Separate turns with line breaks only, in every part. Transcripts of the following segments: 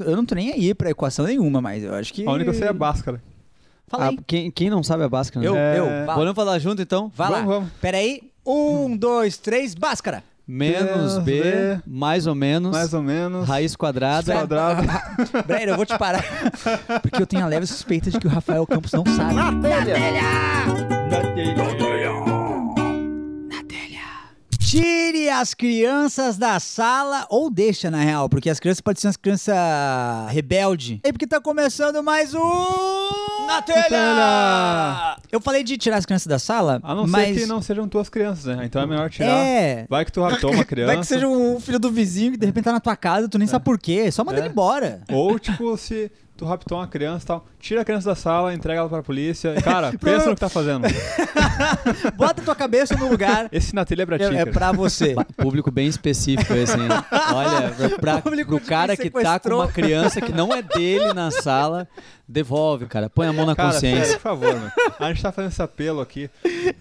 Eu não tô nem aí pra equação nenhuma, mas eu acho que.
A única que eu sei é a Bhaskara.
Fala aí.
Ah, quem, quem não sabe a Bhaskara? né?
Eu,
É,
eu. Vá,
Vamos falar junto então?
vá lá.
Vamos, vamos.
Pera aí. Um, dois, três, báscara.
Menos B,
B,
mais ou menos,
Mais ou menos.
raiz quadrada.
Quadrado.
Breno, eu vou te parar. Porque eu tenho a leve suspeita de que o Rafael Campos não sabe.
Ah!
Na telha! Na telha! Na telha! Tire as crianças da sala, ou deixa na real, porque as crianças podem ser umas crianças rebelde. É porque tá começando mais um... Na
telha!
Eu falei de tirar as crianças da sala,
A não
mas...
ser que não sejam tuas crianças, né? Então é melhor tirar.
É...
Vai que tu raptou uma criança.
Vai que seja o filho do vizinho que de repente tá na tua casa, tu nem sabe por quê. Só manda
É.
ele embora.
Ou, tipo, se tu raptou uma criança e tal, tira a criança da sala, entrega ela pra polícia. Cara, pensa no que tá fazendo.
Bota tua cabeça no lugar.
Esse na telha é pra ti.
É, é
cara.
pra você.
Público bem específico esse, hein? Olha, pra,
Público
pro
de
cara
quem
que tá com
sequestrou.
uma criança que não é dele na sala, devolve, cara. Põe a mão na
Cara, sério,
consciência.
por favor, mano. A gente tá fazendo esse apelo aqui.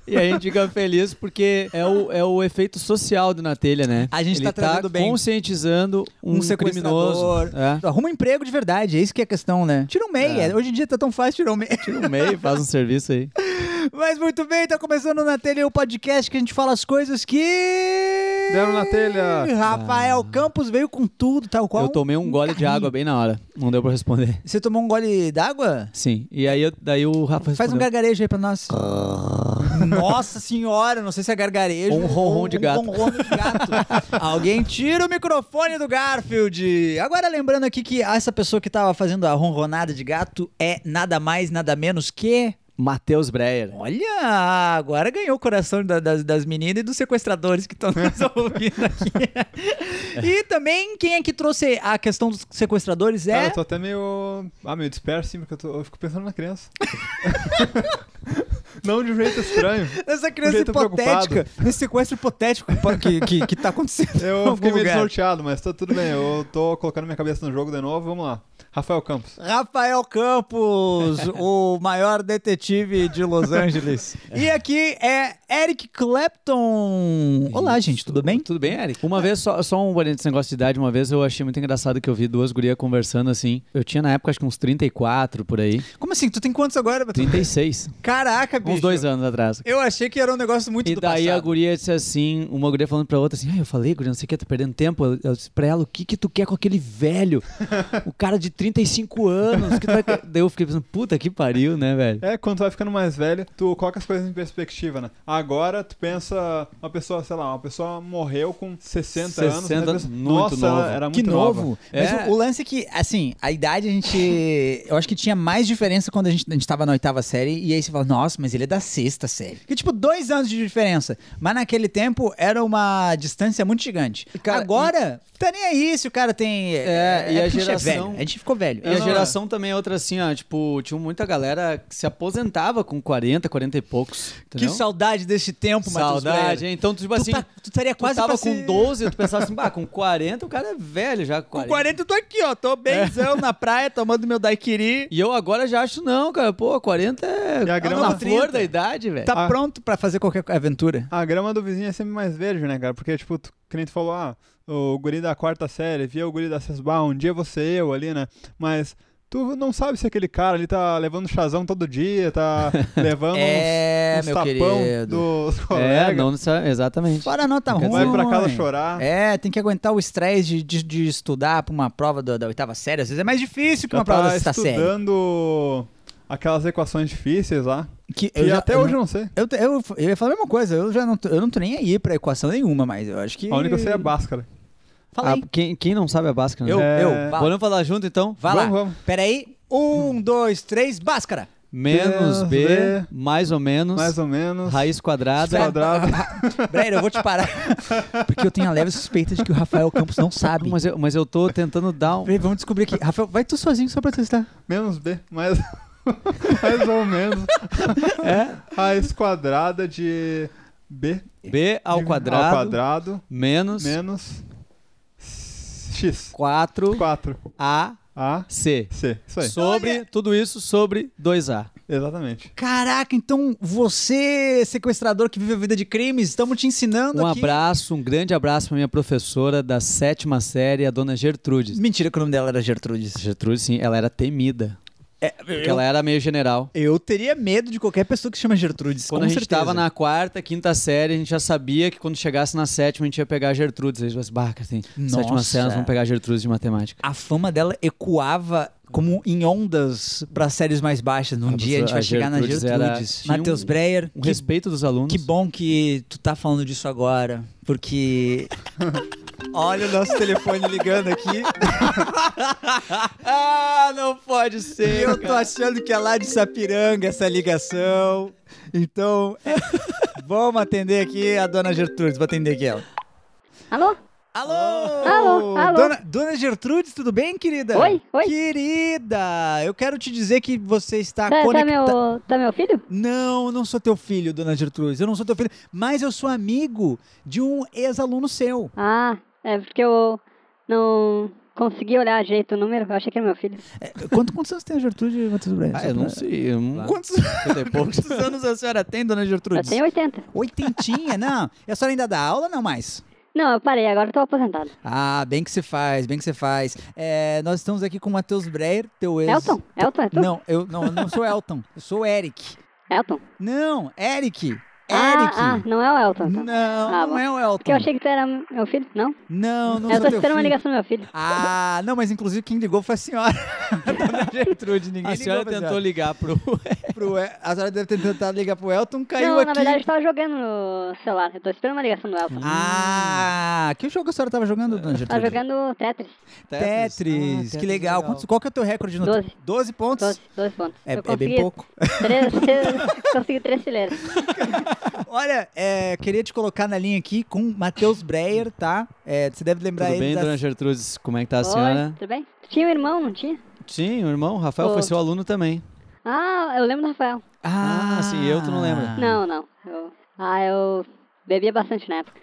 E a gente fica feliz porque é o, é o efeito social do Na Telha, né?
A gente
Ele
tá trazendo bem.
conscientizando um,
Um sequestrador.
criminoso. É.
Arruma um emprego de verdade, é isso que é a questão, né? Tira um MEI.
É.
é. Hoje em dia tá tão fácil tirar um MEI.
No meio, faz um serviço aí.
Mas muito bem, tá começando na telha o podcast que a gente fala as coisas que.
Deram na telha. Ah.
Rafael Campos veio com tudo, tal qual.
Eu tomei um gole de
carrinho.
água bem na hora. Não deu pra responder.
Você tomou um gole d'água?
Sim. E aí eu- daí o Rafa
Faz um
respondeu.
gargarejo aí pra nós. Nossa senhora, não sei se é gargarejo.
Ou Ah. um ronron
ou
de gato.
Um ronron de gato. Alguém tira o microfone do Garfield. Agora lembrando aqui que essa pessoa que tava fazendo a ronronada de gato é nada mais, nada menos que...
Matheus Breyer.
Olha, agora ganhou o coração da- das, das meninas e dos sequestradores que estão nos ouvindo aqui. E também, quem é que trouxe a questão dos sequestradores é...
Cara, eu tô até meio. Ah, meio disperso, sim, porque eu, tô- eu fico pensando na criança. não de um jeito estranho.
Essa criança
jeito
hipotética, esse sequestro hipotético que, que, que tá acontecendo. em
Eu
algum
fiquei meio
lugar.
desnorteado, mas tá tudo bem. Eu tô colocando minha cabeça no jogo de novo. Vamos lá. Rafael Campos.
Rafael Campos, o maior detetive de Los Angeles. E aqui é Eric Clapton. Olá, gente, tudo bem?
Tudo bem, Eric? Uma vez, só, só um bolinho desse negócio de idade, uma vez eu achei muito engraçado que eu vi duas gurias conversando assim. Eu tinha na época acho que uns 34 por aí.
Como assim? Tu tem quantos agora? Beto?
36.
Caraca, bicho.
uns dois anos atrás.
Eu achei que era um negócio muito
E
do
daí a
passado.
guria disse assim, uma guria falando pra outra assim, ah, eu falei, guria, não sei o que, tá perdendo tempo. Eu, eu disse pra ela, o que que tu quer com aquele velho? o cara de 35 anos. Que tu vai... Daí eu fiquei pensando, puta que pariu, né, velho?
É, quando tu vai ficando mais velho, tu coloca as coisas em perspectiva, né? Agora tu pensa, uma pessoa, sei lá, uma pessoa morreu com 60, anos.
60
né? Tu pensa,
muito
Nossa,
nova.
ela era muito
Que
nova.
novo.
É.
Mas o, o lance é que, assim, a idade a gente. Eu acho que tinha mais diferença quando a gente, a gente tava na oitava série. E aí você fala, nossa, mas ele é da sexta série. Que tipo, dois anos de diferença. Mas naquele tempo era uma distância muito gigante.
Cara,
Agora, tá nem aí se o cara tem.
É, e a
porque gente
geração-
é velho. A gente ficou velho.
E a geração também é outra assim, ó, tipo, tinha muita galera que se aposentava com 40, 40 e poucos.
Que
entendeu?
saudade desse tempo, Matheus
saudade,
Breyer.
hein? Então, tu, tipo
Tu
assim,
tá- tu estaria quase
tava
pra
com
ser-
12, tu pensava assim, bah, com 40 o cara é velho já.
Com 40 eu tô aqui, ó. Tô benzão na praia, tomando meu daiquiri.
É. E eu agora já acho não, cara. Pô, 40 é
E a grama-
na flor
30.
da idade, velho. É,
Tá
Ah.
pronto pra fazer qualquer aventura.
A grama do vizinho é sempre mais verde, né, cara? Porque, tipo, tu, que nem tu falou, ah, o guri da quarta série, via o guri da sexta, bah, um dia você eu ali, né? Mas tu não sabe se aquele cara ali tá levando chazão todo dia, tá levando
É,
uns, uns
meu
tapão
querido.
dos colegas,
É, não necessariamente. Exatamente.
Fora a nota ruim.
vai pra casa chorar.
É, tem que aguentar o estresse de, de, de estudar pra uma prova da, da oitava série. Às vezes é mais difícil que
Já
uma prova da
tá
sexta série.
estudando aquelas equações difíceis lá.
Que
E até hoje eu não sei.
Eu, eu, eu ia falar a mesma coisa, eu já não tô, eu não tô nem aí pra equação nenhuma, mas eu acho que.
A única que eu sei é a Bhaskara.
Fala aí.
Ah, quem, quem não sabe a Bhaskara?
Eu,
né?
É.
eu, vá,
Vamos falar junto, então?
vá lá.
Vamos, vamos.
Pera aí. Um, dois, três, báscara.
Menos B,
B,
mais ou menos,
Mais ou menos.
raiz quadrada.
Certo. Quadrado.
Breno, eu vou te parar. Porque eu tenho a leve suspeita de que o Rafael Campos não sabe.
Não, mas, eu, mas eu tô tentando dar um...
Peraí, Vamos descobrir aqui. Rafael, vai tu sozinho só pra testar.
Menos B, mais, mais ou menos.
É?
Raiz quadrada de B
B ao
de-
quadrado,
ao quadrado
menos
menos X.
4
4.
A
A,
C.
C. Isso aí.
Sobre
Olha-
tudo isso, sobre 2A.
Exatamente.
Caraca, então você, sequestrador que vive a vida de crimes, estamos te ensinando
Um
aqui.
abraço, um grande abraço pra minha professora da sétima série, a dona Gertrudes.
Mentira que o nome dela era Gertrudes.
Gertrudes, sim, ela era temida. Porque
eu,
É, ela era meio general.
eu teria medo de qualquer pessoa que se chama Gertrudes.
Quando
com
a gente
certeza.
tava na quarta, quinta série, a gente já sabia que quando chegasse na sétima, a gente ia pegar a Gertrudes. Aí as barcas, tem sétima
Nossa.
série, nós vamos pegar a Gertrudes de matemática.
A fama dela ecoava como em ondas para séries mais baixas. Num
A
dia a gente
pessoa-
vai
Ah, a
chegar na
Gertrudes era-
Gertrudes.
tinha
Matheus
um-
Breyer,
O
que,
respeito dos alunos.
que bom que tu tá falando disso agora, porque... Olha o nosso telefone ligando aqui.
Ah, não pode
E
ser.
eu tô achando que é lá de Sapiranga essa ligação. Então, vamos atender aqui a dona Gertrudes. Vou atender aqui ela.
Alô?
Alô!
Alô, alô.
Dona, dona Gertrudes, tudo bem, querida?
Oi, oi.
Querida, eu quero te dizer que você está
Tá, tá,
conectada.
meu, tá meu filho?
Não, eu não sou teu filho, dona Gertrudes. Eu não sou teu filho, mas eu sou amigo de um ex-aluno seu.
Ah, é porque eu não consegui olhar direito o número. Eu achei que era meu filho.
É, Quanto, quantos anos tem a Gertrude, Matheus Braga?
Ah, eu não sei. Eu não...
Quantos, quantos anos a senhora tem, dona
Eu
Gertrudes?
tenho 80.
Oitentinha, não. E a senhora ainda dá aula, não mais?
Não, eu parei, agora eu tô aposentado.
Ah, bem que você faz, bem que você faz. É, nós estamos aqui com o Matheus Breyer, teu ex.
Elton? Elton, é tu?
Não, eu não, eu não sou Elton. Eu sou o Eric.
Elton.
Não, Eric. Eric.
Ah, ah, não é o Elton, então.
Não,
Ah,
não
bom.
é o Elton.
Porque eu achei que tu era meu filho, não?
Não, não
eu tô
sou teu
esperando
filho.
uma ligação do meu filho.
Ah, não, mas inclusive quem ligou foi a senhora. Dona Gertrude, ninguém
A senhora
ligou pra
tentou ligar pro.
Pro El- A senhora deve ter tentado ligar pro Elton, caiu
não,
aqui.
na verdade eu tava jogando no celular. Eu tô esperando uma ligação do Elton.
Ah, que jogo a senhora tava jogando, Dona Gertrude?
Tava jogando Tetris.
Tetris,
Ah,
que legal. Quantos- qual que é o teu recorde? No...
Doze.
12 pontos?
12, 12 pontos.
É, é
eu
bem
consegui
pouco.
Três, consegui três fileiras.
Olha, é, queria te colocar na linha aqui com o Matheus Breyer, tá? É, você deve lembrar
Tudo
ele
bem,
da-
dona Gertrudes? Como é que tá a
Oi,
senhora?
tudo bem? Tu tinha um irmão, não tinha?
Sim, o irmão, o Rafael,
Ô.
foi seu aluno também.
Ah, eu lembro do Rafael.
Ah, sim, eu tu não lembra.
Não, não. Eu- Ah, eu bebia bastante na época.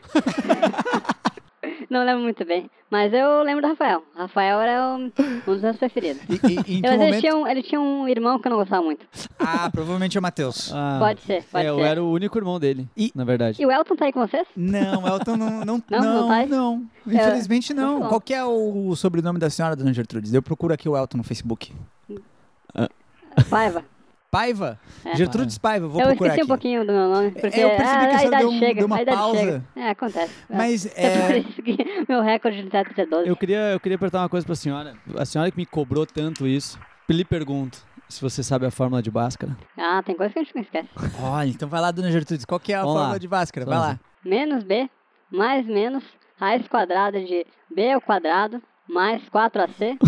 não lembro muito bem. Mas eu lembro do Rafael. Rafael era um, um dos meus preferidos.
E, e- em que
Mas ele
momento?
tinha, um, ele tinha um irmão que eu não gostava muito.
Ah, provavelmente é o Matheus.
Ah,
Pode ser, pode
é, eu
ser.
era o único irmão dele,
E-
na verdade.
E o Elton tá aí com vocês?
Não, Elton não. Não,
Não, não
não.
vai?
não. Infelizmente não.
tá bom.
Qual que é o sobrenome da senhora, dona Gertrudes? Eu procuro aqui o Elton no Facebook.
Paiva.
Paiva?
É.
Gertrudes Paiva, Ah, vou
eu
procurar
esqueci
aqui.
um pouquinho do meu nome.
É,
Porque
eu percebi
a,
que a
a
senhora
idade
deu um-
chega.
deu uma
a idade
pausa.
chega. É, acontece.
Mas
É por
é.
isso que meu recorde de teto é 12.
Eu queria, eu queria perguntar uma coisa pra senhora. A senhora que me cobrou tanto isso, lhe pergunto se você sabe a fórmula de Bhaskara.
Ah, tem coisa que a gente não esquece.
Olha, então vai lá, dona Gertrudes. Qual que é a
Vamos lá.
fórmula de Bhaskara? Vai lá.
Vamos
menos b mais menos raiz quadrada de b ao quadrado mais 4ac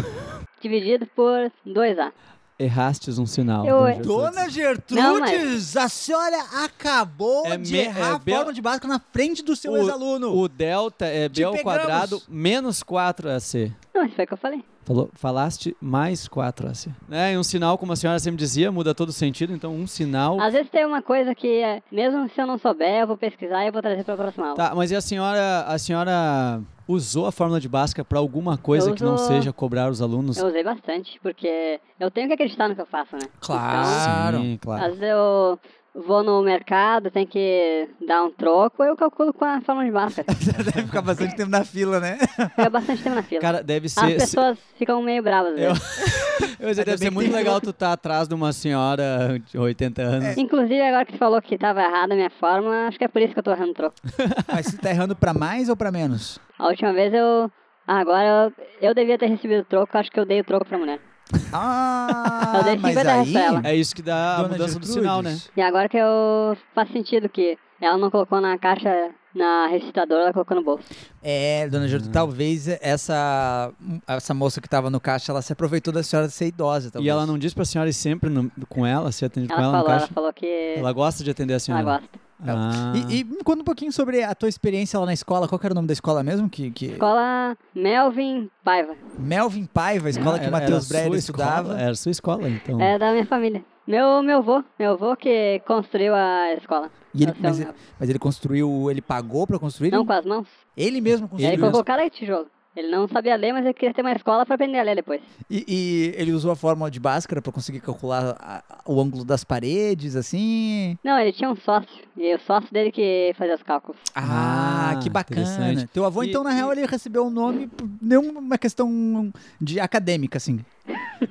dividido por 2a.
Errastes um sinal.
Eu-
dona Gertrudes.
Dona Gertrudes,
Não,
a senhora acabou
É
de
me-
errar
é
a
be-
fórmula de Bhaskara na frente do seu
O-
ex-aluno.
O delta é
Te
B ao
pegamos.
quadrado menos 4AC.
Não, isso foi o que eu falei.
Falou, falaste mais 4AC. Né? E um sinal, como a senhora sempre dizia, muda todo o sentido. Então, um sinal...
Às vezes tem uma coisa que, é, mesmo se eu não souber, eu vou pesquisar e eu vou trazer para a próxima aula.
Tá, mas e a senhora, a senhora usou a fórmula de Bhaskara para alguma coisa
Eu
que não
uso-
seja cobrar os alunos?
Eu usei bastante, porque eu tenho que acreditar no que eu faço, né?
Claro.
Sim, claro.
Às vezes eu vou no mercado, tenho que dar um troco, eu calculo com a forma de máscara.
Deve ficar bastante tempo na fila, né?
Fica bastante tempo na fila.
Cara, deve
As
ser... se-
pessoas ficam meio bravas. às
Eu-
vezes.
eu ia dizer,
Ainda
deve
bem
ser
que É.
muito
tem-
legal tu estar atrás de uma senhora de 80 anos.
Inclusive, agora que tu falou que estava errada a minha fórmula, acho que é por isso que eu tô errando troco.
Mas você tá errando pra mais ou pra menos?
A última vez eu. ah, Agora eu, eu devia ter recebido o troco, acho que eu dei o troco pra mulher.
Ah,
Eu dei
mas
50
aí...
pra ela.
É isso que dá a
Dona
mudança
Gertrudes,
do sinal, né?
E agora que eu. faz sentido que ela não colocou na caixa, na recitadora, ela colocou no bolso.
É, dona Gertrude,
Uhum.
talvez essa, essa moça que tava no caixa, ela se aproveitou da senhora ser idosa, talvez.
E ela não diz pra senhora ir sempre no- com ela, se atende
Ela
com ela no
falou, ela
caixa?
falou que
Ela gosta de atender a
ela
senhora.
gosta.
Ah.
E, e me conta um pouquinho sobre a tua experiência lá na escola. Qual que era o nome da escola mesmo? Que, que...
Escola Melvin Paiva.
Melvin Paiva, a escola que
Era-
o
era a
Matheus
sua
Breyer
escola,
estudava.
Era a sua escola, então.
É da minha família. Meu, meu avô, meu avô que construiu a escola.
E ele,
Seu
mas,
Melvin.
mas ele construiu, ele pagou pra construir?
Então, Não com as mãos.
Ele mesmo
Ele,
construiu?
colocou cada tijolo. Ele não sabia ler, mas ele queria ter uma escola pra aprender a ler depois.
E, e ele usou a fórmula de Bhaskara pra conseguir calcular a- a- o ângulo das paredes, assim.
Não, ele tinha um sócio. E o sócio dele que fazia os cálculos.
Ah,
Ah,
que bacana.
interessante.
Teu avô,
E-
então, na real, ele recebeu um nome, por nenhuma questão de acadêmica, assim.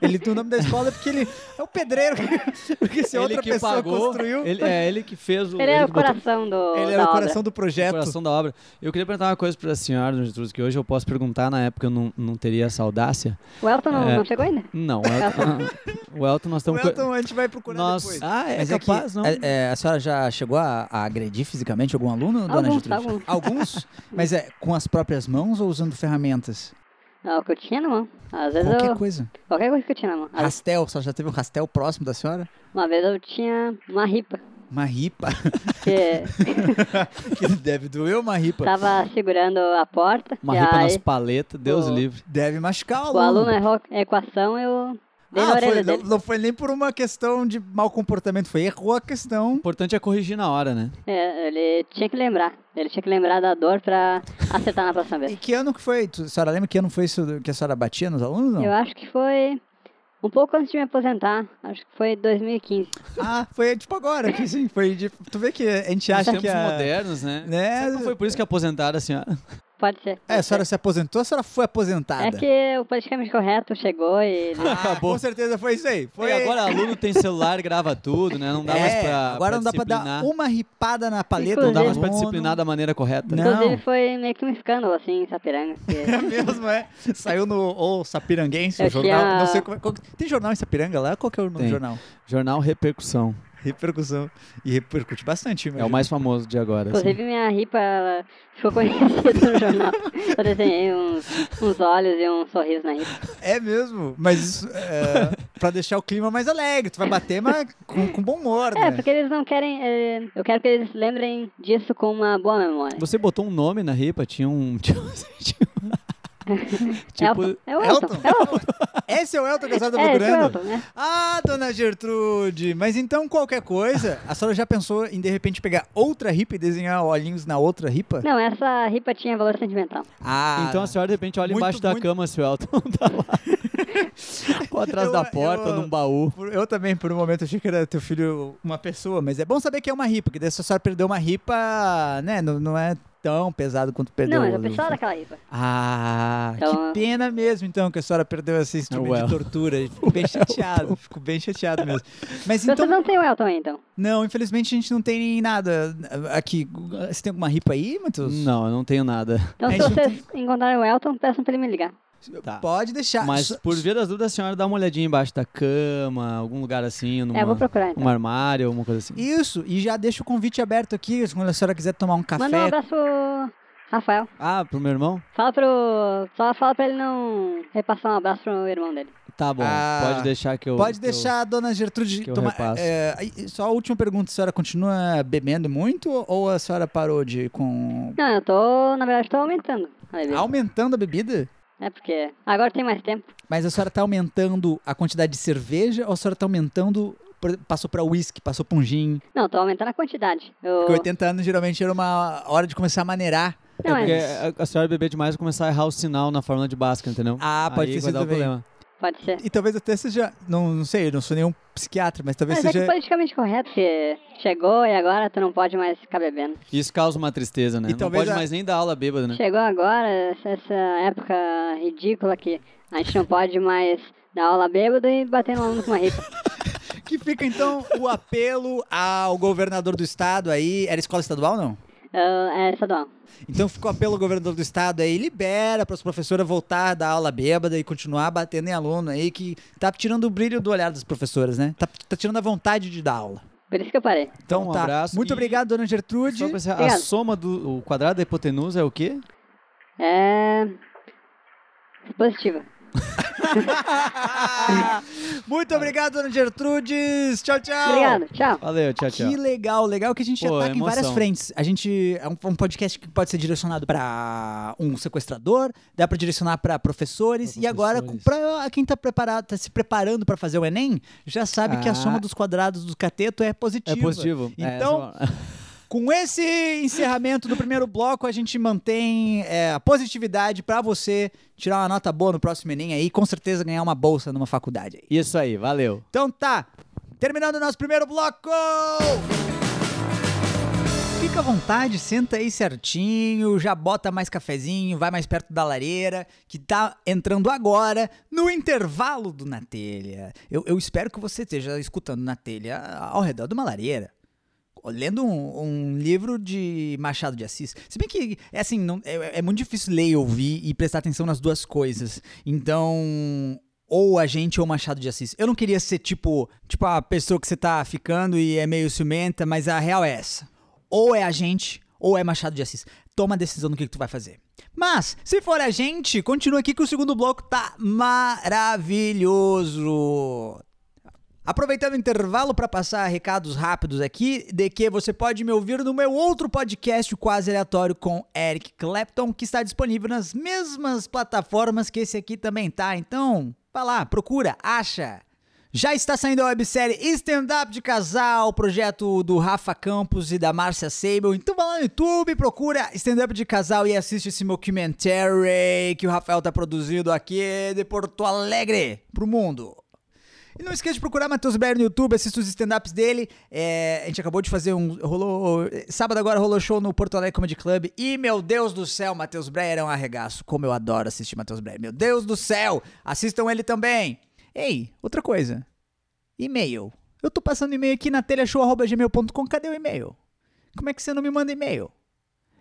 Ele tem o nome da escola porque ele é o pedreiro que- porque se outra pessoa construiu.
Ele, é ele que fez o.
Ele era
que
o
botou-
coração do,
Ele
da
era o
obra.
coração do projeto.
coração da obra. Eu queria perguntar uma coisa pra senhora, dona Getúlio, que hoje eu posso perguntar, na época eu não, não teria essa audácia.
O Elton não,
É.
não chegou ainda?
Não, o Elton, o Elton nós
O
estamos... co-
Elton, Então, a gente vai procurar
nós...
depois.
Ah, é
Mas
capaz,
que,
não?
é- é, a senhora já chegou a, a agredir fisicamente algum aluno, dona
Alguns,
Getúlio?
alguns.
Alguns? Mas é com as próprias mãos ou usando ferramentas?
Ah, o que eu tinha na mão. Às vezes
Qualquer
eu.
coisa.
Qualquer coisa que eu tinha na mão. Às-
Rastel, só já teve um rastel próximo da senhora?
Uma vez eu tinha uma ripa.
Uma ripa.
Que
que deve doer uma ripa.
tava segurando a porta.
Uma
e
ripa
aí
nas paletas, Deus
o-
livre.
Deve machucar o
O
aluno.
aluno errou a equação, eu dei né? na
ah,
orelha
foi, não,
dele.
não foi nem por uma questão de mau comportamento, foi errou a
O
questão.
importante é corrigir na hora, né?
É, ele tinha que lembrar. Ele tinha que lembrar da dor pra acertar na próxima
E
vez.
que ano que foi? Tu, a senhora lembra que ano foi isso que a senhora batia nos alunos? Não?
Eu acho que foi um pouco antes de me aposentar. Acho que foi 2015.
Ah, foi tipo agora, que sim, foi de, Tu vê que a gente acha
Os
que
tempos
a,
modernos, né?
Né?
Será que não foi por isso que aposentaram assim, a senhora?
Pode ser.
É, a senhora se aposentou, a senhora foi aposentada.
É que o politicamente correto chegou e.
Ah, Com certeza foi isso aí. Foi
Foi É, agora aluno tem celular, grava tudo, né? Não dá
É,
mais pra
agora não dá pra dar
disciplinar.
uma ripada na paleta
Não dá
do
mais pra
aluno.
disciplinar da maneira correta.
Não.
Inclusive foi meio que um escândalo, assim, em Sapiranga. porque-
É mesmo, é. Saiu no ou Sapiranguense,
Eu
o jornal.
tinha-
Não sei como é. qual que- tem jornal em Sapiranga lá? Qual que é o nome
Tem.
do jornal?
Jornal Repercussão.
Repercussão. E repercute bastante,
É
imagino.
o mais famoso de agora. assim.
Inclusive minha ripa ela ficou conhecida no jornal. Eu desenhei uns, uns olhos e um sorriso na ripa.
É mesmo, mas isso é, pra deixar o clima mais alegre. Tu vai bater, mas com, com bom humor,
É,
né?
porque eles não querem. eh, eu quero que eles lembrem disso com uma boa memória.
Você botou um nome na ripa, tinha um. Tinha um tinha um-
Elton.
tipo,
É o Elton.
Elton?
É o Elton.
Esse é o Elton que a senhora tá
É, esse é o
procurando?
Elton, né?
Ah, dona Gertrude, mas então qualquer coisa, a senhora já pensou em de repente pegar outra ripa e desenhar olhinhos na outra ripa?
Não, essa ripa tinha valor sentimental.
Ah,
então a senhora de repente olha
Muito,
embaixo da
muito-
cama se o Elton tá lá. Ou atrás
Eu-
da porta,
eu-
num baú.
por- eu também, por um momento, achei que era teu filho uma pessoa, mas é bom saber que é uma ripa, porque daí se a senhora perdeu uma ripa, né? Não, não é tão pesado quanto perdeu.
Não, mas eu
o-
pensava naquela ripa.
Ah,
Então-
que pena mesmo, então, que a senhora perdeu esse instrumento
Ah, Well.
de tortura. Eu Fico bem chateado, fico bem chateado mesmo. Mas
Vocês
então,
não têm o Elton aí, então.
não, infelizmente a gente não tem nada ah, aqui. Você tem alguma ripa aí, Matheus?
Não, eu não tenho nada.
Então,
É,
se
isso
vocês encontrarem o Elton, peçam pra ele me ligar.
Tá.
Pode deixar.
Mas
Só-
por via das dúvidas, a senhora dá uma olhadinha embaixo da cama, algum lugar assim, numa,
É, eu vou procurar, então.
um armário, alguma coisa assim.
Isso, e já deixa o convite aberto aqui, quando a senhora quiser tomar um café.
Manda um abraço pro Rafael.
Ah, pro meu irmão?
Fala pro. Só fala pra ele não repassar um abraço pro irmão dele.
Tá bom,
Ah,
pode deixar que eu.
Pode
que eu-
deixar a dona Gertrude
que eu
tomar.
repasso.
é, aí, só a última pergunta: a senhora continua bebendo muito ou a senhora parou de ir com.
Não, eu tô. Na verdade, tô aumentando. a bebida.
aumentando a bebida?
É porque agora tem mais tempo.
Mas a senhora tá aumentando a quantidade de cerveja ou a senhora tá aumentando. por- Passou pra uísque, passou pra um gin.
Não, tô aumentando a quantidade. Eu...
Porque 80 anos geralmente era uma hora de começar a maneirar.
Não,
Porque
é,
a, a senhora beber demais e começar a errar o sinal na fórmula de Bhaskara, entendeu?
Ah, pode
Aí
ter
vai
sido
dar um
também.
problema.
pode ser.
E talvez até seja. Não, não sei, eu não sou nenhum psiquiatra, mas talvez
Mas é que
seja.
politicamente correto, que chegou e agora tu não pode mais ficar bebendo.
Isso causa uma tristeza, né?
E
não
talvez
pode
a-
mais nem dar aula bêbada, né?
Chegou agora, essa- essa época ridícula que a gente não pode mais dar aula bêbado e bater no aluno com uma ripa.
Que fica então o apelo ao governador do estado aí. Era escola estadual, não?
Ah, é estadual.
Então ficou apelo ao governador do estado aí, libera para as professoras voltar da aula bêbada e continuar batendo em aluno aí, que tá tirando o brilho do olhar das professoras, né? Tá, tá tirando a vontade de dar aula.
Por isso que eu parei.
Então,
Então, um
tá.
abraço
Muito
e-
obrigado, dona Gertrude.
Só pra pensar, a
Obrigada.
soma do o quadrado da hipotenusa é o quê?
É. Positiva.
Muito obrigado, dona Gertrudes. Tchau, tchau.
Obrigado, tchau.
Valeu, tchau, tchau.
Que legal, legal que a gente
Pô,
ataca em
emoção.
várias frentes. A gente é um, um podcast que pode ser direcionado pra um sequestrador, dá pra direcionar pra professores
Pra
e agora
professores.
pra quem tá preparado, tá se preparando pra fazer o ENEM, já sabe que a
Ah.
soma dos quadrados do cateto é positiva.
É positivo. É,
Então,
essa-
Com esse encerramento do primeiro bloco, a gente mantém é, a positividade pra você tirar uma nota boa no próximo Enem aí e com certeza ganhar uma bolsa numa faculdade aí.
Isso aí, valeu.
Então tá, terminando o nosso primeiro bloco! Fica à vontade, senta aí certinho, já bota mais cafezinho, vai mais perto da lareira, que tá entrando agora no intervalo do Na Telha. Eu, eu espero que você esteja escutando Na Telha ao redor de uma lareira. Lendo um, um livro de Machado de Assis. Se bem que, é assim, não- é, é muito difícil ler e ouvir e prestar atenção nas duas coisas. Então, ou a gente ou Machado de Assis. Eu não queria ser tipo, tipo a pessoa que você tá ficando e é meio ciumenta, mas a real é essa. Ou é a gente, ou é Machado de Assis. Toma a decisão do que, que tu vai fazer. Mas, se for a gente, continua aqui que o segundo bloco tá maravilhoso. Aproveitando o intervalo para passar recados rápidos aqui, de que você pode me ouvir no meu outro podcast, o Quase Aleatório, com Eric Clapton, que está disponível nas mesmas plataformas que esse aqui também tá. Então, vai lá, procura, acha. Já está saindo a websérie Stand Up de Casal, projeto do Rafa Campos e da Márcia Sable. Então vai lá no YouTube, procura Stand Up de Casal e assiste esse documentary que o Rafael tá produzindo aqui de Porto Alegre pro mundo. E não esqueça de procurar Matheus Breyer no YouTube, assista os stand-ups dele. É, a gente acabou de fazer um. Rolou. Sábado agora rolou show no Porto Alegre Comedy Club. E, meu Deus do céu, Matheus Breyer é um arregaço. Como eu adoro assistir Matheus Breyer. Meu Deus do céu! Assistam ele também. Ei, outra coisa. E-mail. Eu tô passando e-mail aqui na telhashow.gmail.com. Cadê o e-mail? Como é que você não me manda e-mail?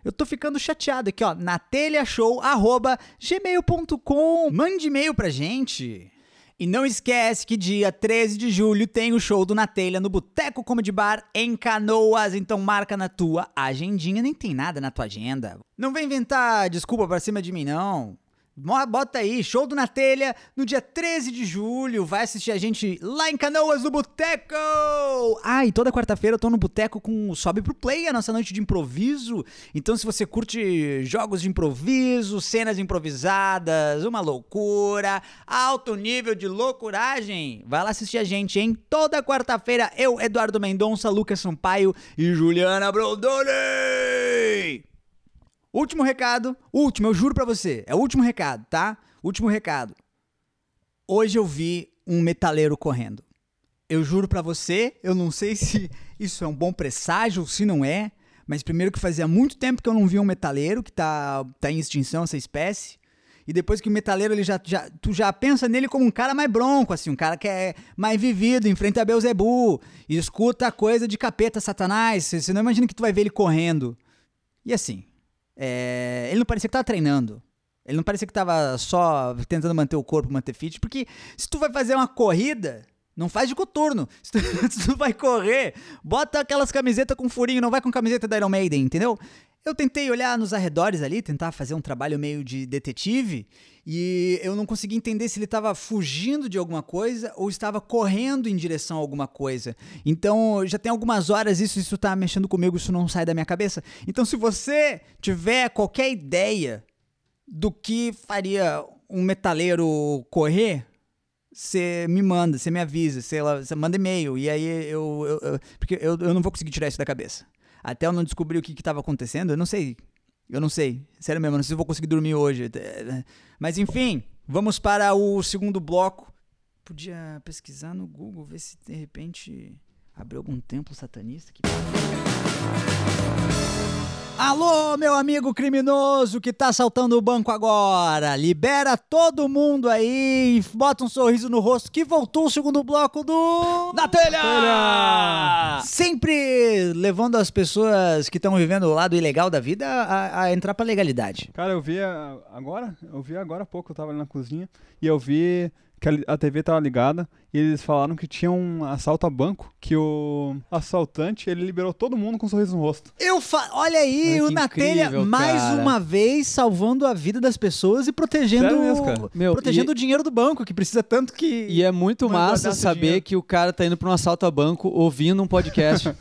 Eu tô ficando chateado aqui, ó. Na telhashow.gmail.com. Mande e-mail pra gente. E não esquece que dia 13 de julho tem o show do Na Telha no Boteco Comedy Bar em Canoas, então marca na tua agendinha, nem tem nada na tua agenda. Não vem inventar desculpa pra cima de mim, não. Mo- Bota aí, show do Na Telha no dia 13 de julho, vai assistir a gente lá em Canoas no Boteco! Ah, e toda quarta-feira eu tô no Boteco com o Sobe Pro Play, a nossa noite de improviso. Então se você curte jogos de improviso, cenas improvisadas, uma loucura, alto nível de loucuragem, vai lá assistir a gente, hein? Toda quarta-feira eu, Eduardo Mendonça, Lucas Sampaio e Juliana Brondoni! Último recado, último, eu juro pra você, é o último recado, tá? Último recado. Hoje eu vi um metaleiro correndo. Eu juro pra você, eu não sei se isso é um bom presságio ou se não é, mas primeiro que fazia muito tempo que eu não vi um metaleiro que tá, tá em extinção essa espécie. E depois que o metaleiro, ele já, já- tu já pensa nele como um cara mais bronco, assim, um cara que é mais vivido, enfrenta Beuzebu, e escuta coisa de capeta, satanás. Você você não imagina que tu vai ver ele correndo. E assim, é, ele não parecia que tava treinando. Ele não parecia que tava só tentando manter o corpo, manter fit, porque se tu vai fazer uma corrida, não faz de coturno. Se tu, se tu vai correr, bota aquelas camisetas com furinho, não vai com camiseta da Iron Maiden, entendeu? Eu tentei olhar nos arredores ali, tentar fazer um trabalho meio de detetive, e eu não consegui entender se ele estava fugindo de alguma coisa ou estava correndo em direção a alguma coisa. Então, já tem algumas horas isso, isso tá mexendo comigo, isso não sai da minha cabeça. Então, se você tiver qualquer ideia do que faria um metaleiro correr, você me manda, você me avisa, sei lá, você manda e-mail. E aí eu. eu- eu- porque eu, eu não vou conseguir tirar isso da cabeça. Até eu não descobrir o que estava acontecendo, eu não sei. Eu não sei. Sério mesmo, eu não sei se eu vou conseguir dormir hoje. Eh, Mas enfim, vamos para o segundo bloco. Podia pesquisar no Google, ver se de repente abriu algum templo satanista que. Alô, meu amigo criminoso que tá assaltando o banco agora. Libera todo mundo aí e bota um sorriso no rosto que voltou o segundo bloco do... Na telha! Sempre levando as pessoas que estão vivendo o lado ilegal da vida a, a entrar pra legalidade.
Cara, eu vi a- agora, eu vi agora há pouco, eu tava ali na cozinha e eu vi que a, li- a TV tava ligada e eles falaram que tinha um assalto a banco, que o assaltante, ele liberou todo mundo com um sorriso no rosto.
Eu fa... Olha aí,
Mano,
o
que
Na Telha,
incrível,
mais
cara.
uma vez, salvando a vida das pessoas e protegendo,
Sério mesmo, cara?
Meu,
protegendo
e-
o dinheiro do banco, que precisa tanto que...
E é muito
Mano,
massa
guardar seu
saber
dinheiro.
que o cara tá indo pra um assalto a banco ouvindo um podcast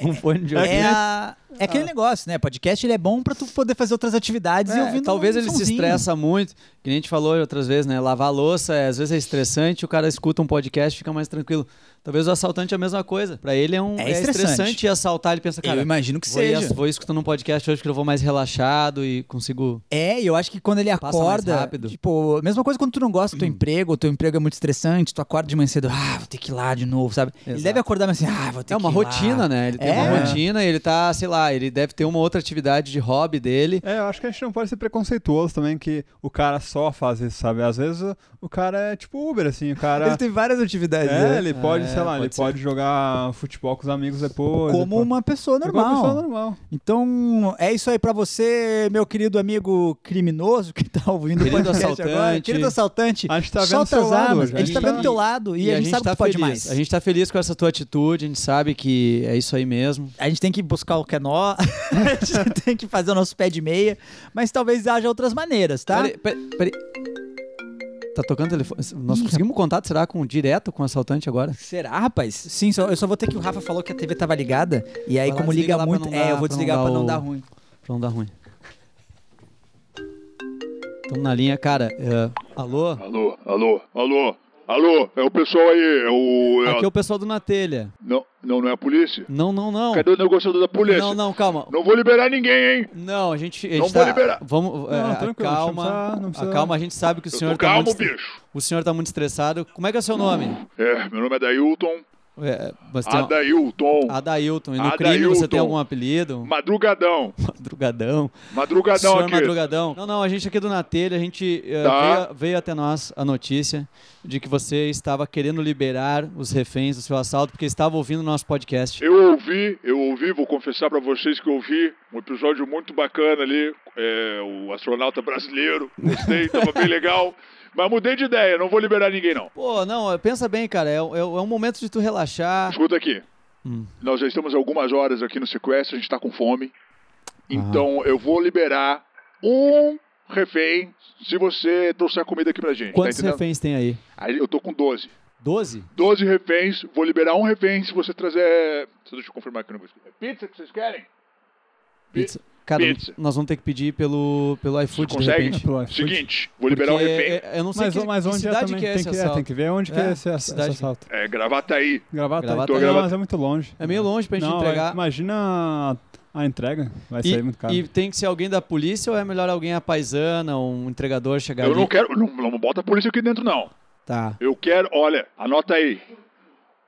com um fone de
É
ouvido.
a, É aquele negócio, né? Podcast ele é bom pra tu poder fazer outras atividades e
É,
ouvindo
talvez
um
ele se
sonzinho.
estressa muito, que nem a gente falou outras vezes, né? Lavar a louça, é, às vezes é estressante, o cara escuta um podcast e fica mais tranquilo. Talvez o assaltante é a mesma coisa. Pra ele é um
É
é estressante.
estressante
assaltar, ele pensa, cara,
Eu imagino que
vou, ir,
seja.
vou ir escutando um podcast hoje que eu vou mais relaxado e consigo.
É, e eu acho que quando ele
Passa mais
acorda,
rápido. Uhum.
tipo, mesma coisa quando tu não gosta do teu emprego, o teu emprego é muito estressante, tu acorda de manhã cedo, ah, vou ter que ir lá de novo, sabe? Ele
Exato.
deve acordar mas assim, ah, vou ter
É
que
uma
ir lá.
rotina, né? Ele tem
É.
uma rotina, ele tá, sei lá, ele deve ter uma outra atividade de hobby dele.
É, eu acho que a gente não pode ser preconceituoso também que o cara só faz isso, sabe? Às vezes o- o cara é tipo Uber, assim, o
Ele
cara.
tem várias atividades.
É,
né?
ele pode,
É,
sei lá,
pode
ele
ser.
pode jogar futebol com os amigos depois. ele
Como
pode-
uma pessoa
é
Como uma pessoa
normal.
normal.
Então, é isso aí pra você, meu querido amigo criminoso que tá ouvindo o
Querido
podcast
assaltante.
agora. Querido assaltante.
A gente tá vendo
solta
seu
as
lado
armas.
hoje,
A gente tá
né?
vendo teu lado e, a, gente, sabe
tá
que tu pode
feliz.
mais.
A gente tá feliz com essa tua atitude, a gente sabe que é isso aí mesmo.
A gente tem que buscar o que é nó, a gente tem que fazer o nosso pé de meia, mas talvez haja outras maneiras, tá?
Peraí, peraí, peraí. Tá tocando telefone. Nós
Ih,
conseguimos contato, será, com direto com o assaltante agora?
Será, rapaz? Sim, só- eu só vou ter que o Rafa falou que a TV tava ligada, e aí
Vai lá,
como
desliga
liga
lá pra
muito,
não
é,
dar-
eu vou
pra não
desligar
dar
pra não
o-
dar um ruim.
Pra não dar ruim. Tamo na linha, cara. É, alô?
Alô, alô, alô, alô, é o pessoal aí, é o. é a-
Aqui é o pessoal do Na Telha.
Não, não, não é a polícia?
Não, não, não.
Cadê o negociador da polícia?
Não, não, calma.
Não vou liberar ninguém, hein?
Não, a gente. A gente
Não
tá,
vou liberar.
Vamos. é,
Não, tranquilo, não
calma.
precisa- não precisa-
Calma, a gente sabe que o
Eu
senhor
tô
tá.
calmo,
muito estre-
bicho.
O senhor tá muito estressado. Como é que é o seu nome?
É, meu nome é Dailton,
É, mas
Ah,
tem uma-
Adailton,
Adailton. E no
Adailton.
crime você tem algum apelido?
Madrugadão,
Madrugadão.
Madrugadão
Senhor
aqui.
Madrugadão. Não, não, a gente aqui do Natelha, a gente eh,
Tá.
veio, veio até nós a notícia de que você estava querendo liberar os reféns do seu assalto porque estava ouvindo o nosso podcast.
Eu ouvi, eu ouvi, vou confessar pra vocês que eu ouvi um episódio muito bacana ali, é, o astronauta brasileiro, gostei, tava bem legal, mas mudei de ideia, não vou liberar ninguém não.
Pô, não, eh, pensa bem, cara, é, é- é um momento de tu relaxar.
Escuta aqui.
Hum.
Nós já estamos algumas horas aqui no sequestro, a gente tá com fome.
Ah.
Então eu vou liberar um refém se você trouxer comida aqui pra gente.
Quantos
tá entendendo?
reféns tem aí?
Aí eu tô com 12.
12?
12 reféns, vou liberar um refém se você trazer. Só Deixa eu confirmar aqui o negócio. É pizza que vocês querem? Pi-
Pizza. Cara,
pizza.
nós vamos ter que pedir pelo, pelo iFood, de
Consegue?
repente.
Pelo iFood.
Seguinte, vou liberar um
É, Porque
refém.
é- Eu não sei
Mas,
que,
mas
que
onde é
cidade
também?
que é
tem,
esse
que, é,
assalto.
tem que ver onde que
É,
é esse,
que
ass- esse
cidade.
assalto.
É, gravata aí.
Gravata,
Gravata
aí.
Não,
Gravata.
mas é muito longe.
É meio longe pra gente
Não,
entregar.
Imagina a, a entrega, vai sair é muito caro.
e tem que ser alguém da polícia ou é melhor alguém a paisana, um entregador chegar
Eu
ali?
não quero. Não, não bota a polícia aqui dentro, não.
Tá.
Eu quero. Olha, anota aí.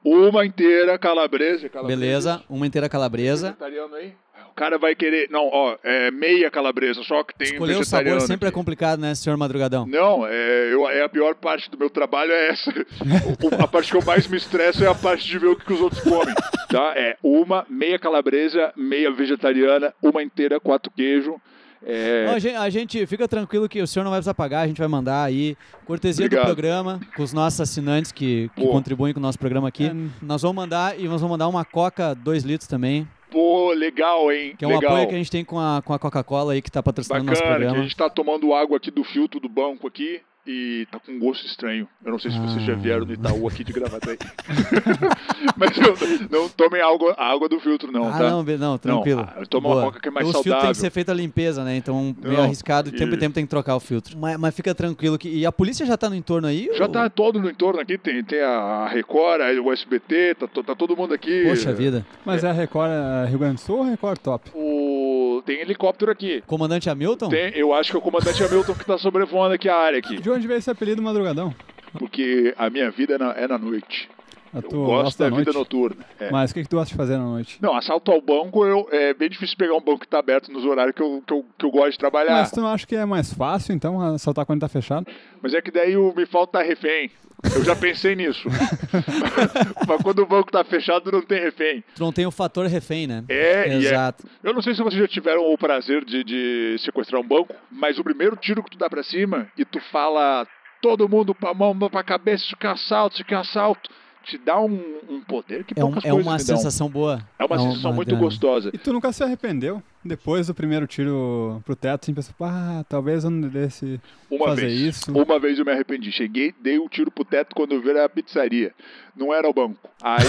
Uma inteira calabresa. calabresa.
Beleza, uma inteira calabresa.
Vegetariano aí? O cara vai querer. Não, ó, é meia calabresa, só que tem um
Escolher o
vegetariano.
sabor sempre é
aqui.
complicado, né, senhor Madrugadão?
Não, é, eu, é a pior parte do meu trabalho é essa. O- a parte que eu mais me estresso é a parte de ver o que, que os outros comem. Tá? É uma meia calabresa, meia vegetariana, uma inteira, quatro queijo. É,
Não, a, gente, a gente- fica tranquilo que o senhor não vai precisar pagar, a gente vai mandar aí. Cortesia do
Obrigado.
programa, com os nossos assinantes que, que
Boa.
contribuem com o nosso programa aqui.
É.
Nós vamos mandar e nós vamos mandar uma coca 2 litros também,
pô, legal, hein?
que é um
legal.
apoio que a gente tem com a, com a Coca-Cola aí que tá patrocinando o nosso
Bacana, que a
programa.
gente tá tomando água aqui do filtro do banco aqui e tá com um gosto estranho. Eu não sei se vocês
Ah.
já vieram do Itaú aqui de gravata aí. Mas eu- não tomem água, a água do filtro, não,
ah,
tá?
não, be- não, tranquilo.
ah, toma uma
Boa. Então,
coca que é mais
Os filtros tem
saudável.
que ser feita a limpeza, né? Então, meio
Não,
arriscado, de tempo em
isso.
tempo tem que trocar o filtro. Mas, mas fica tranquilo que. E a polícia já tá no entorno aí?
Já
ou-
tá todo no entorno aqui, tem, tem a Record, aí o SBT, tá, to- tá todo mundo aqui.
Poxa vida.
Mas é a Record é Rio Grande do Sul ou a Record Top?
O... Tem helicóptero aqui.
Comandante Hamilton?
Tem, eu acho que é o comandante Hamilton que tá sobrevoando aqui a área aqui.
De onde veio esse apelido Madrugadão?
Porque a minha vida é na, é na noite.
A
Eu
tua-
gosto
gosta
da,
da
vida
noite?
noturna. É.
Mas o que, que tu gosta de fazer na noite?
Não, assalto ao banco, eu, é bem difícil pegar um banco que tá aberto nos horários que eu, que eu, que eu gosto de trabalhar.
Ah.
Mas
Mas,
tu não acha que é mais fácil, então, assaltar quando tá fechado?
é que daí o- me falta refém. Eu já pensei nisso. Mas quando o banco tá fechado, não tem refém.
Tu não tem o fator refém, né?
É, e é-
Exato.
Eu não sei se vocês já tiveram o prazer de, de sequestrar um banco, mas o primeiro tiro que tu dá pra cima e tu fala todo mundo pra mão, mão pra cabeça, isso que é assalto, isso que é assalto. te dá um, um poder que
É, um-
poucas
é
coisas
uma
te dão.
sensação boa. um-
É uma sensação muito
grande.
gostosa.
E tu nunca se arrependeu? Depois do primeiro tiro pro teto, assim, pensou, ah, talvez eu não desse
Uma
fazer
vez.
isso.
Uma vez eu me arrependi. Cheguei, dei um tiro pro teto quando eu vi era a pizzaria. Não era o banco. Aí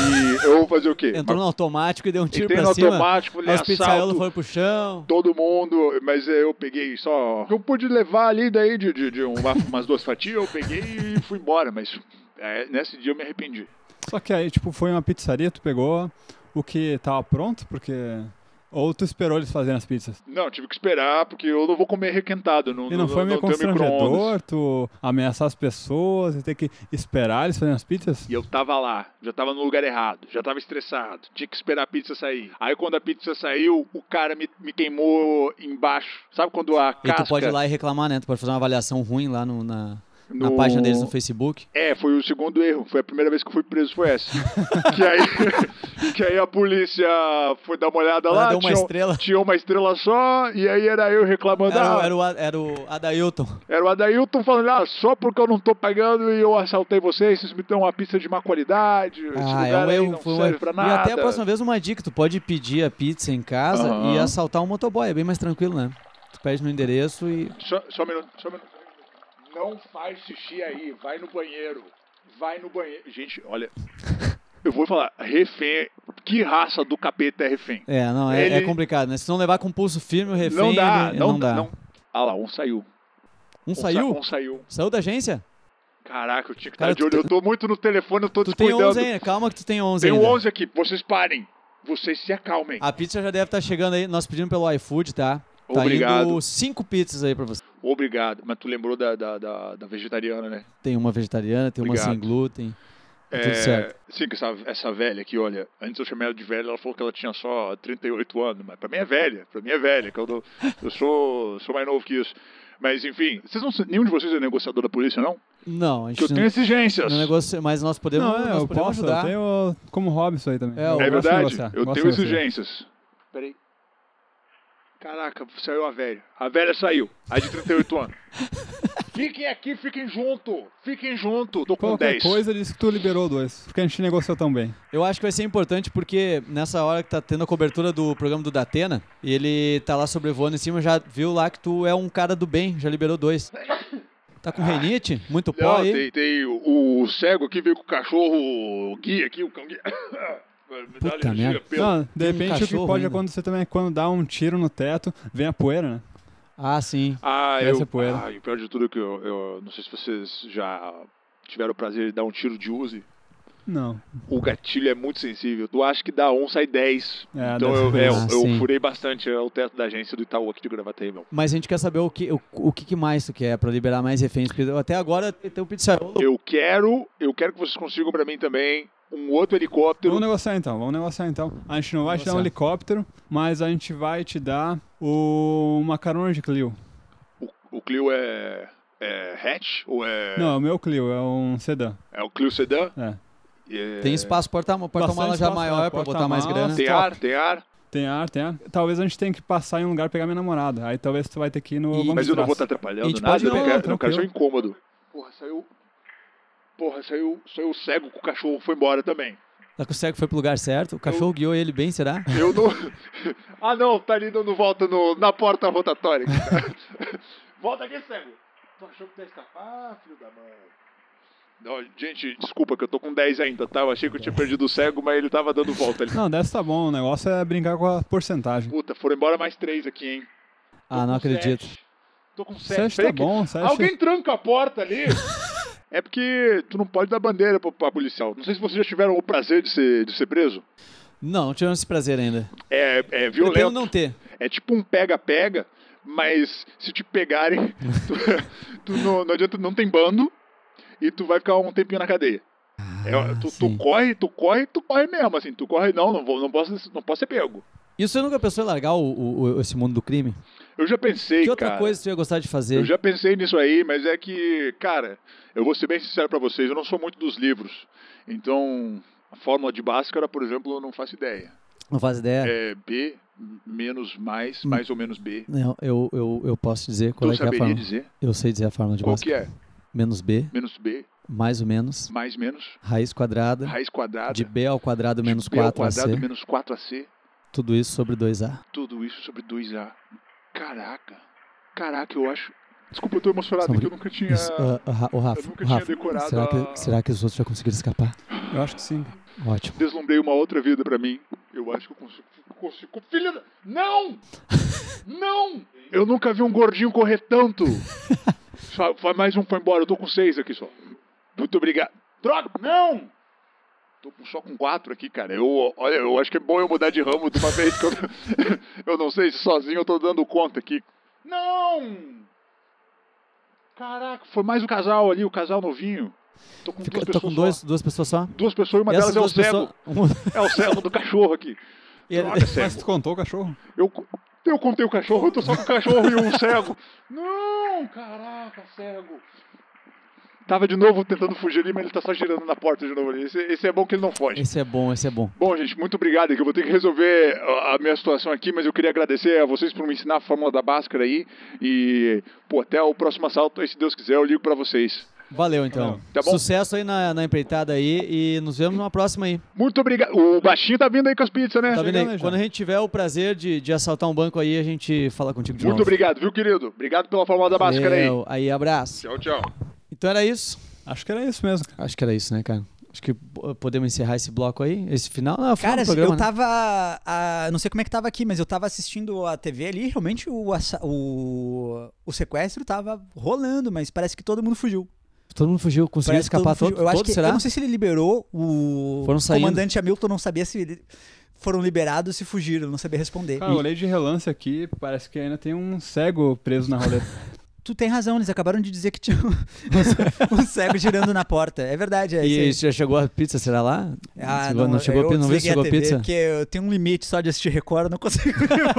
eu vou fazer o quê?
Entrou no automático e deu um tiro
Entrei no
pra cima.
automático, falei,
Os pizzaiolos
assalto,
foram pro chão.
todo mundo, mas eu peguei só. Eu pude levar ali daí de, de, de uma- umas duas fatias, eu peguei e fui embora, mas é, nesse dia eu me arrependi.
Só que aí, tipo, foi uma pizzaria, tu pegou o que tava pronto, porque... Ou tu esperou eles fazerem as pizzas.
Não, tive que esperar, porque eu não vou comer requentado. Não,
E não foi meio
não tenho micro-ondas.
constrangedor tu ameaçar as pessoas e ter que esperar eles fazerem as pizzas?
E eu tava lá, já tava no lugar errado, já tava estressado, tinha que esperar a pizza sair. Aí quando a pizza saiu, o cara me, me queimou embaixo. Sabe quando a
E
casca...
tu pode ir lá e reclamar, né? Tu pode fazer uma avaliação ruim lá no- na, na
No-
página deles no Facebook.
É, foi o segundo erro. Foi a primeira vez que eu fui preso, foi essa. que, aí, que aí a polícia foi dar uma olhada
Ela
lá.
deu uma
tinha, um-
estrela.
tinha uma estrela só, e aí era eu reclamando.
Era, o-
ah,
era o, A- era o Adailton.
Era o Adailton falando, ah, só porque eu não tô pagando e eu assaltei vocês, vocês me dão uma pizza de má qualidade, esse
Ah,
lugar
é um
aí
erro.
não
foi um
serve
erro.
pra
E
nada.
até a próxima vez uma dica, tu pode pedir a pizza em casa
Aham.
e assaltar um motoboy, é bem mais tranquilo, né? Tu pede no endereço e...
Só, só um minuto, só um minuto. Não faz xixi aí, vai no banheiro. Vai no banheiro. Gente, olha, eu vou falar, refém, que raça do capeta é refém?
É, não, é, é
Ele-
complicado, né? Se não levar com pulso firme o refém,
não dá,
ele-
não,
não dá.
não. Ah lá, um saiu.
Um
sa-
saiu?
Um saiu.
Saiu da agência?
Caraca, eu tinha que
Cara,
estar de
tu
olho. Eu tô muito no telefone, eu tô
Tu tem
descuidando.
11 ainda, calma que tu tem 11
Tem
ainda.
11 aqui, vocês parem. Vocês se acalmem.
A pizza já deve estar chegando aí, nós pedimos pelo iFood, tá? Tá
Obrigado.
indo cinco pizzas aí pra você.
Obrigado. Mas tu lembrou da, da, da, da vegetariana, né?
Tem uma vegetariana, tem
Obrigado.
uma sem glúten. Tá Tudo certo.
É, Sim, que essa, essa velha aqui, olha, antes eu chamei ela de velha, ela falou que ela tinha só 38 anos, mas pra mim é velha, pra mim é velha, que eu, dou- eu sou, sou mais novo que isso. Mas enfim, vocês não, nenhum de vocês é negociador da polícia, não?
Não, a
Que
gente
eu tenho
não,
exigências.
é
não negocia, mas nós podemos,
Não, é,
nós
eu
podemos
posso,
ajudar.
eu tenho como hobby isso aí também.
É,
Eu
o-
gosto
É
de
verdade,
negociar,
eu
gosto
tenho
de negociar.
exigências. Peraí. Caraca, saiu a velha. A velha saiu, a de 38 anos. Fiquem aqui, fiquem junto, fiquem junto. Tô com
Qualquer
10.
coisa, disse que tu liberou dois, porque a gente negociou tão bem.
Eu acho que vai ser importante porque nessa hora que tá tendo a cobertura do programa do Datena, e ele tá lá sobrevoando em cima, já viu lá que tu é um cara do bem, já liberou dois. Tá com renite? Muito pó
Não,
aí?
tem, tem o, o cego aqui veio com o cachorro guia aqui, o cão guia. Me dá
Puta
alergia,
merda.
pelo-
Não, de
tem um
repente o que
cachorro
pode
ainda.
acontecer também é quando dá um tiro no teto, vem a poeira, né?
Ah, sim.
Ah,
Essa
eu,
é poeira.
ah, e o pior de tudo é que eu, eu não sei se vocês já tiveram o prazer de dar um tiro de Uzi.
Não.
O gatilho é muito sensível. Tu acha que dá 1, sai 10.
É,
então
dessa
eu,
vez.
é, eu-
Ah,
eu
sim.
furei bastante é, o teto da agência do Itaú aqui de Gravataí, meu.
Mas a gente quer saber o que, o, o que que mais tu quer pra liberar mais reféns. Porque até agora tem o pizzaiolo.
Eu quero, eu quero que vocês consigam pra mim também um outro helicóptero.
Vamos negociar então, vamos negociar então. A gente não vai te dar um
Negociar.
helicóptero, mas a gente vai te dar o... uma carona de Clio.
O, o Clio é, é hatch ou é,
Não, é o meu Clio, é um sedã.
é o Clio sedã?
É.
É-
Tem espaço porta- porta-mala
Bastante
já
espaço,
maior
né?
pra botar mais
Porta-mala.
grana.
Tem ar, tem ar.
Tem ar, tem ar. Talvez a gente tenha que passar em um lugar e pegar minha namorada. Aí talvez tu vai ter que ir no
E-
longo
Mas eu não vou estar
prazo.
A
atrapalhando
gente
nada,
pode-
eu não,
não,
quero, eu não quero ser um
tranquilo.
incômodo. Porra, saiu. Porra, saiu, saiu cego com o cachorro, foi embora também.
Tá com o cego foi pro lugar certo? O cachorro guiou ele bem, será?
Eu não. ah, não, tá ali dando volta no, na porta rotatória. volta aqui, cego. Tu achou que tu ia escapar, filho da mãe? Não, gente, desculpa que eu tô com 10 ainda, tá? Eu achei que eu tinha perdido o cego, mas ele tava dando volta ali.
Não, dessa tá bom. O negócio é brincar com a porcentagem.
Puta, foram embora mais 3 aqui, hein?
Ah, não acredito.
Tô com 7.
Sete tá bom, sete.
Alguém tranca a porta ali. é porque tu não pode dar bandeira pra, pra policial. Não sei se vocês já tiveram o prazer de ser, de ser preso.
Não, não tivemos esse prazer ainda.
É, é
Pretendo
violento.
não ter.
É tipo um pega-pega, mas se te pegarem, tu, tu não, não adianta, não tem bando e tu vai ficar um tempinho na cadeia. É, tu, tu
sim.
corre, tu corre, tu corre mesmo, assim. Tu corre, não, não, vou, não, posso, não posso ser pego.
E você nunca pensou em largar o, o- o- esse mundo do crime?
Eu já pensei,
que outra
cara.
coisa você ia gostar de fazer?
Eu já pensei nisso aí, mas é que, cara, eu vou ser bem sincero pra vocês, eu não sou muito dos livros. Então, a fórmula de Bhaskara, por exemplo, eu não faço ideia.
Não faz ideia.
É B menos mais, mais ou menos B.
Não, eu, eu, eu posso dizer Hum. qual
Tu
é que é a
saberia
fórmula.
dizer
Eu sei dizer a fórmula de
qual
Bhaskara.
que é?
Menos B,
Menos B
mais ou menos,
mais menos,
raiz quadrada
raiz quadrada,
Tá.
tipo,
de b ao quadrado menos
B ao
4
quadrado
ac,
menos 4AC,
tudo isso sobre 2a.
tudo isso sobre 2A. Caraca, caraca, eu acho. Desculpa, eu tô emocionado, é
Sobre-
que eu nunca tinha.
Isso, ah, ah, Ra- o Rafa,
eu nunca
o
tinha
Rafa,
decorado
será,
a-
que, será que os outros já conseguiram escapar?
Eu acho que sim.
Ótimo.
Deslumbrei uma outra vida pra mim. Eu acho que eu consigo. consigo filha da... Não! Não! Eu nunca vi um gordinho correr tanto. Só- Vai mais um foi embora, eu tô com seis aqui só. Muito obrigado. Droga! Não! Tô com- só com quatro aqui, cara. Eu, olha, eu acho que é bom eu mudar de ramo de uma vez. que eu, eu não sei se sozinho eu tô dando conta aqui. Não! Caraca, foi mais o casal ali, o casal novinho. Tô com
Fica,
duas
tô
pessoas
com
só.
dois, duas pessoas só.
Duas pessoas e uma delas é o
duas
cego.
pessoas- Um, uma-
É o cego do cachorro aqui.
Ele-
Droga,
Mas
cego.
tu contou o cachorro?
Eu, eu contei o cachorro, eu tô só com o cachorro e um cego. Não, caraca, cego. Tava de novo tentando fugir ali, mas ele tá só girando na porta de novo ali. Esse, esse é bom que ele não foge.
Esse é bom, esse é bom.
Bom, gente, muito obrigado. é Que eu vou ter que resolver a a minha situação aqui, mas eu queria agradecer a vocês por me ensinar a fórmula da Bhaskara aí. E, pô, até o próximo assalto, aí, se Deus quiser, eu ligo pra vocês.
Valeu, então.
Valeu.
Tá bom.
Sucesso aí na, na empreitada aí e nos vemos numa próxima aí.
Muito obrigado. O baixinho tá vindo aí com as pizzas, né?
Tá vendo
né,
aí?
já?
Quando a gente tiver o prazer de, de assaltar um banco aí, a gente fala contigo de
Muito
novo.
obrigado, viu, querido? Obrigado pela fórmula da Bhaskara aí.
Valeu. Aí, abraço.
Tchau, tchau.
Então era isso.
Acho que era isso mesmo.
Acho que era isso, né, cara? Acho que bo- podemos encerrar esse bloco aí, esse final. Não, final
Cara,
do programa,
eu
né?
tava. ah, não sei como é que tava aqui, mas eu tava assistindo a TV ali. Realmente o, assa- o, o sequestro tava rolando, mas parece que todo mundo fugiu.
Todo mundo fugiu, conseguiu
Parece que
escapar
mundo
todo,
fugiu. Eu acho
todo,
que
será?
eu não sei se ele liberou o
Foram saindo.
comandante Hamilton, não sabia se ele- foram liberados se fugiram, não sabia responder.
Cara, eu olhei de relance aqui, parece que ainda tem um cego preso na roleta.
Tu tem razão, eles acabaram de dizer que tinha um, um cego girando na porta. É verdade, é
E
isso.
já chegou a pizza, será lá?
aí. Ah,
chegou, não, chegou a
eu
pizza, não vi se
desliguei a
chegou a
TV,
pizza.
Porque eu tenho um limite só de assistir Record, eu não consigo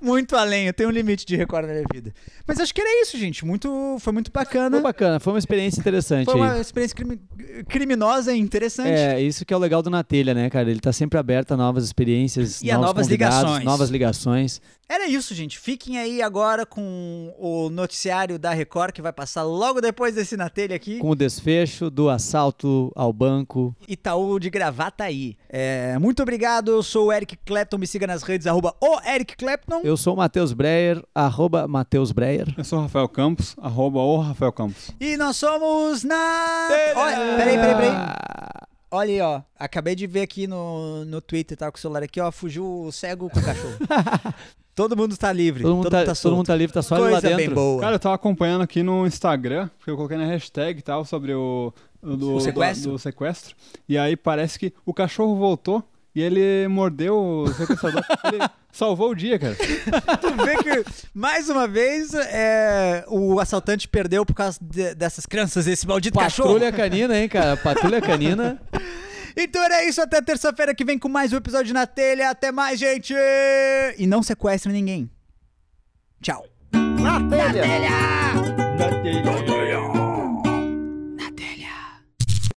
muito além. Eu tenho um limite de Record na minha vida. Mas acho que era isso, gente. Muito, foi muito
Foi
bacana.
bacana, foi uma experiência interessante
né? Foi
aí.
uma experiência crimi- criminosa e interessante.
É, isso que é o legal do Natelha, né, cara? Ele tá sempre aberto a novas experiências,
E a
novos
novas
convidados,
ligações.
novas ligações.
Era isso, gente. Fiquem aí agora com o noticiário da Record que vai passar logo depois desse na telha aqui.
Com o desfecho do assalto ao banco.
Itaú de Gravataí. É, muito obrigado, eu sou o Eric Clapton, me siga nas redes, arroba o Eric Clapton.
Eu sou o Matheus Breyer, arroba Matheus Breyer.
Eu sou o Rafael Campos, arroba o Rafael Campos.
E nós somos na... Olha, peraí, peraí, peraí. Olha aí, ó. Acabei de ver aqui no, no Twitter, tá com o celular aqui, ó. Fugiu o cego com o cachorro. todo mundo tá livre,
Todo mundo, tá, todo
solto.
mundo tá livre, tá só ele
Coisa
lá dentro.
bem boa.
Cara, eu tava acompanhando aqui no Instagram, porque eu coloquei na hashtag e tal, sobre o, o do,
O sequestro?
do- do sequestro. E aí parece que o cachorro voltou e ele mordeu o sequestrador. ele salvou o dia, cara.
Tu vê que, mais uma vez, é, o assaltante perdeu por causa de- dessas crianças, esse maldito cachorro.
Patrulha canina, hein, cara? Patrulha canina.
Então era isso, até terça-feira que vem com mais um episódio na telha. Até mais, gente! E não sequestre ninguém. Tchau. Na telha! Na telha!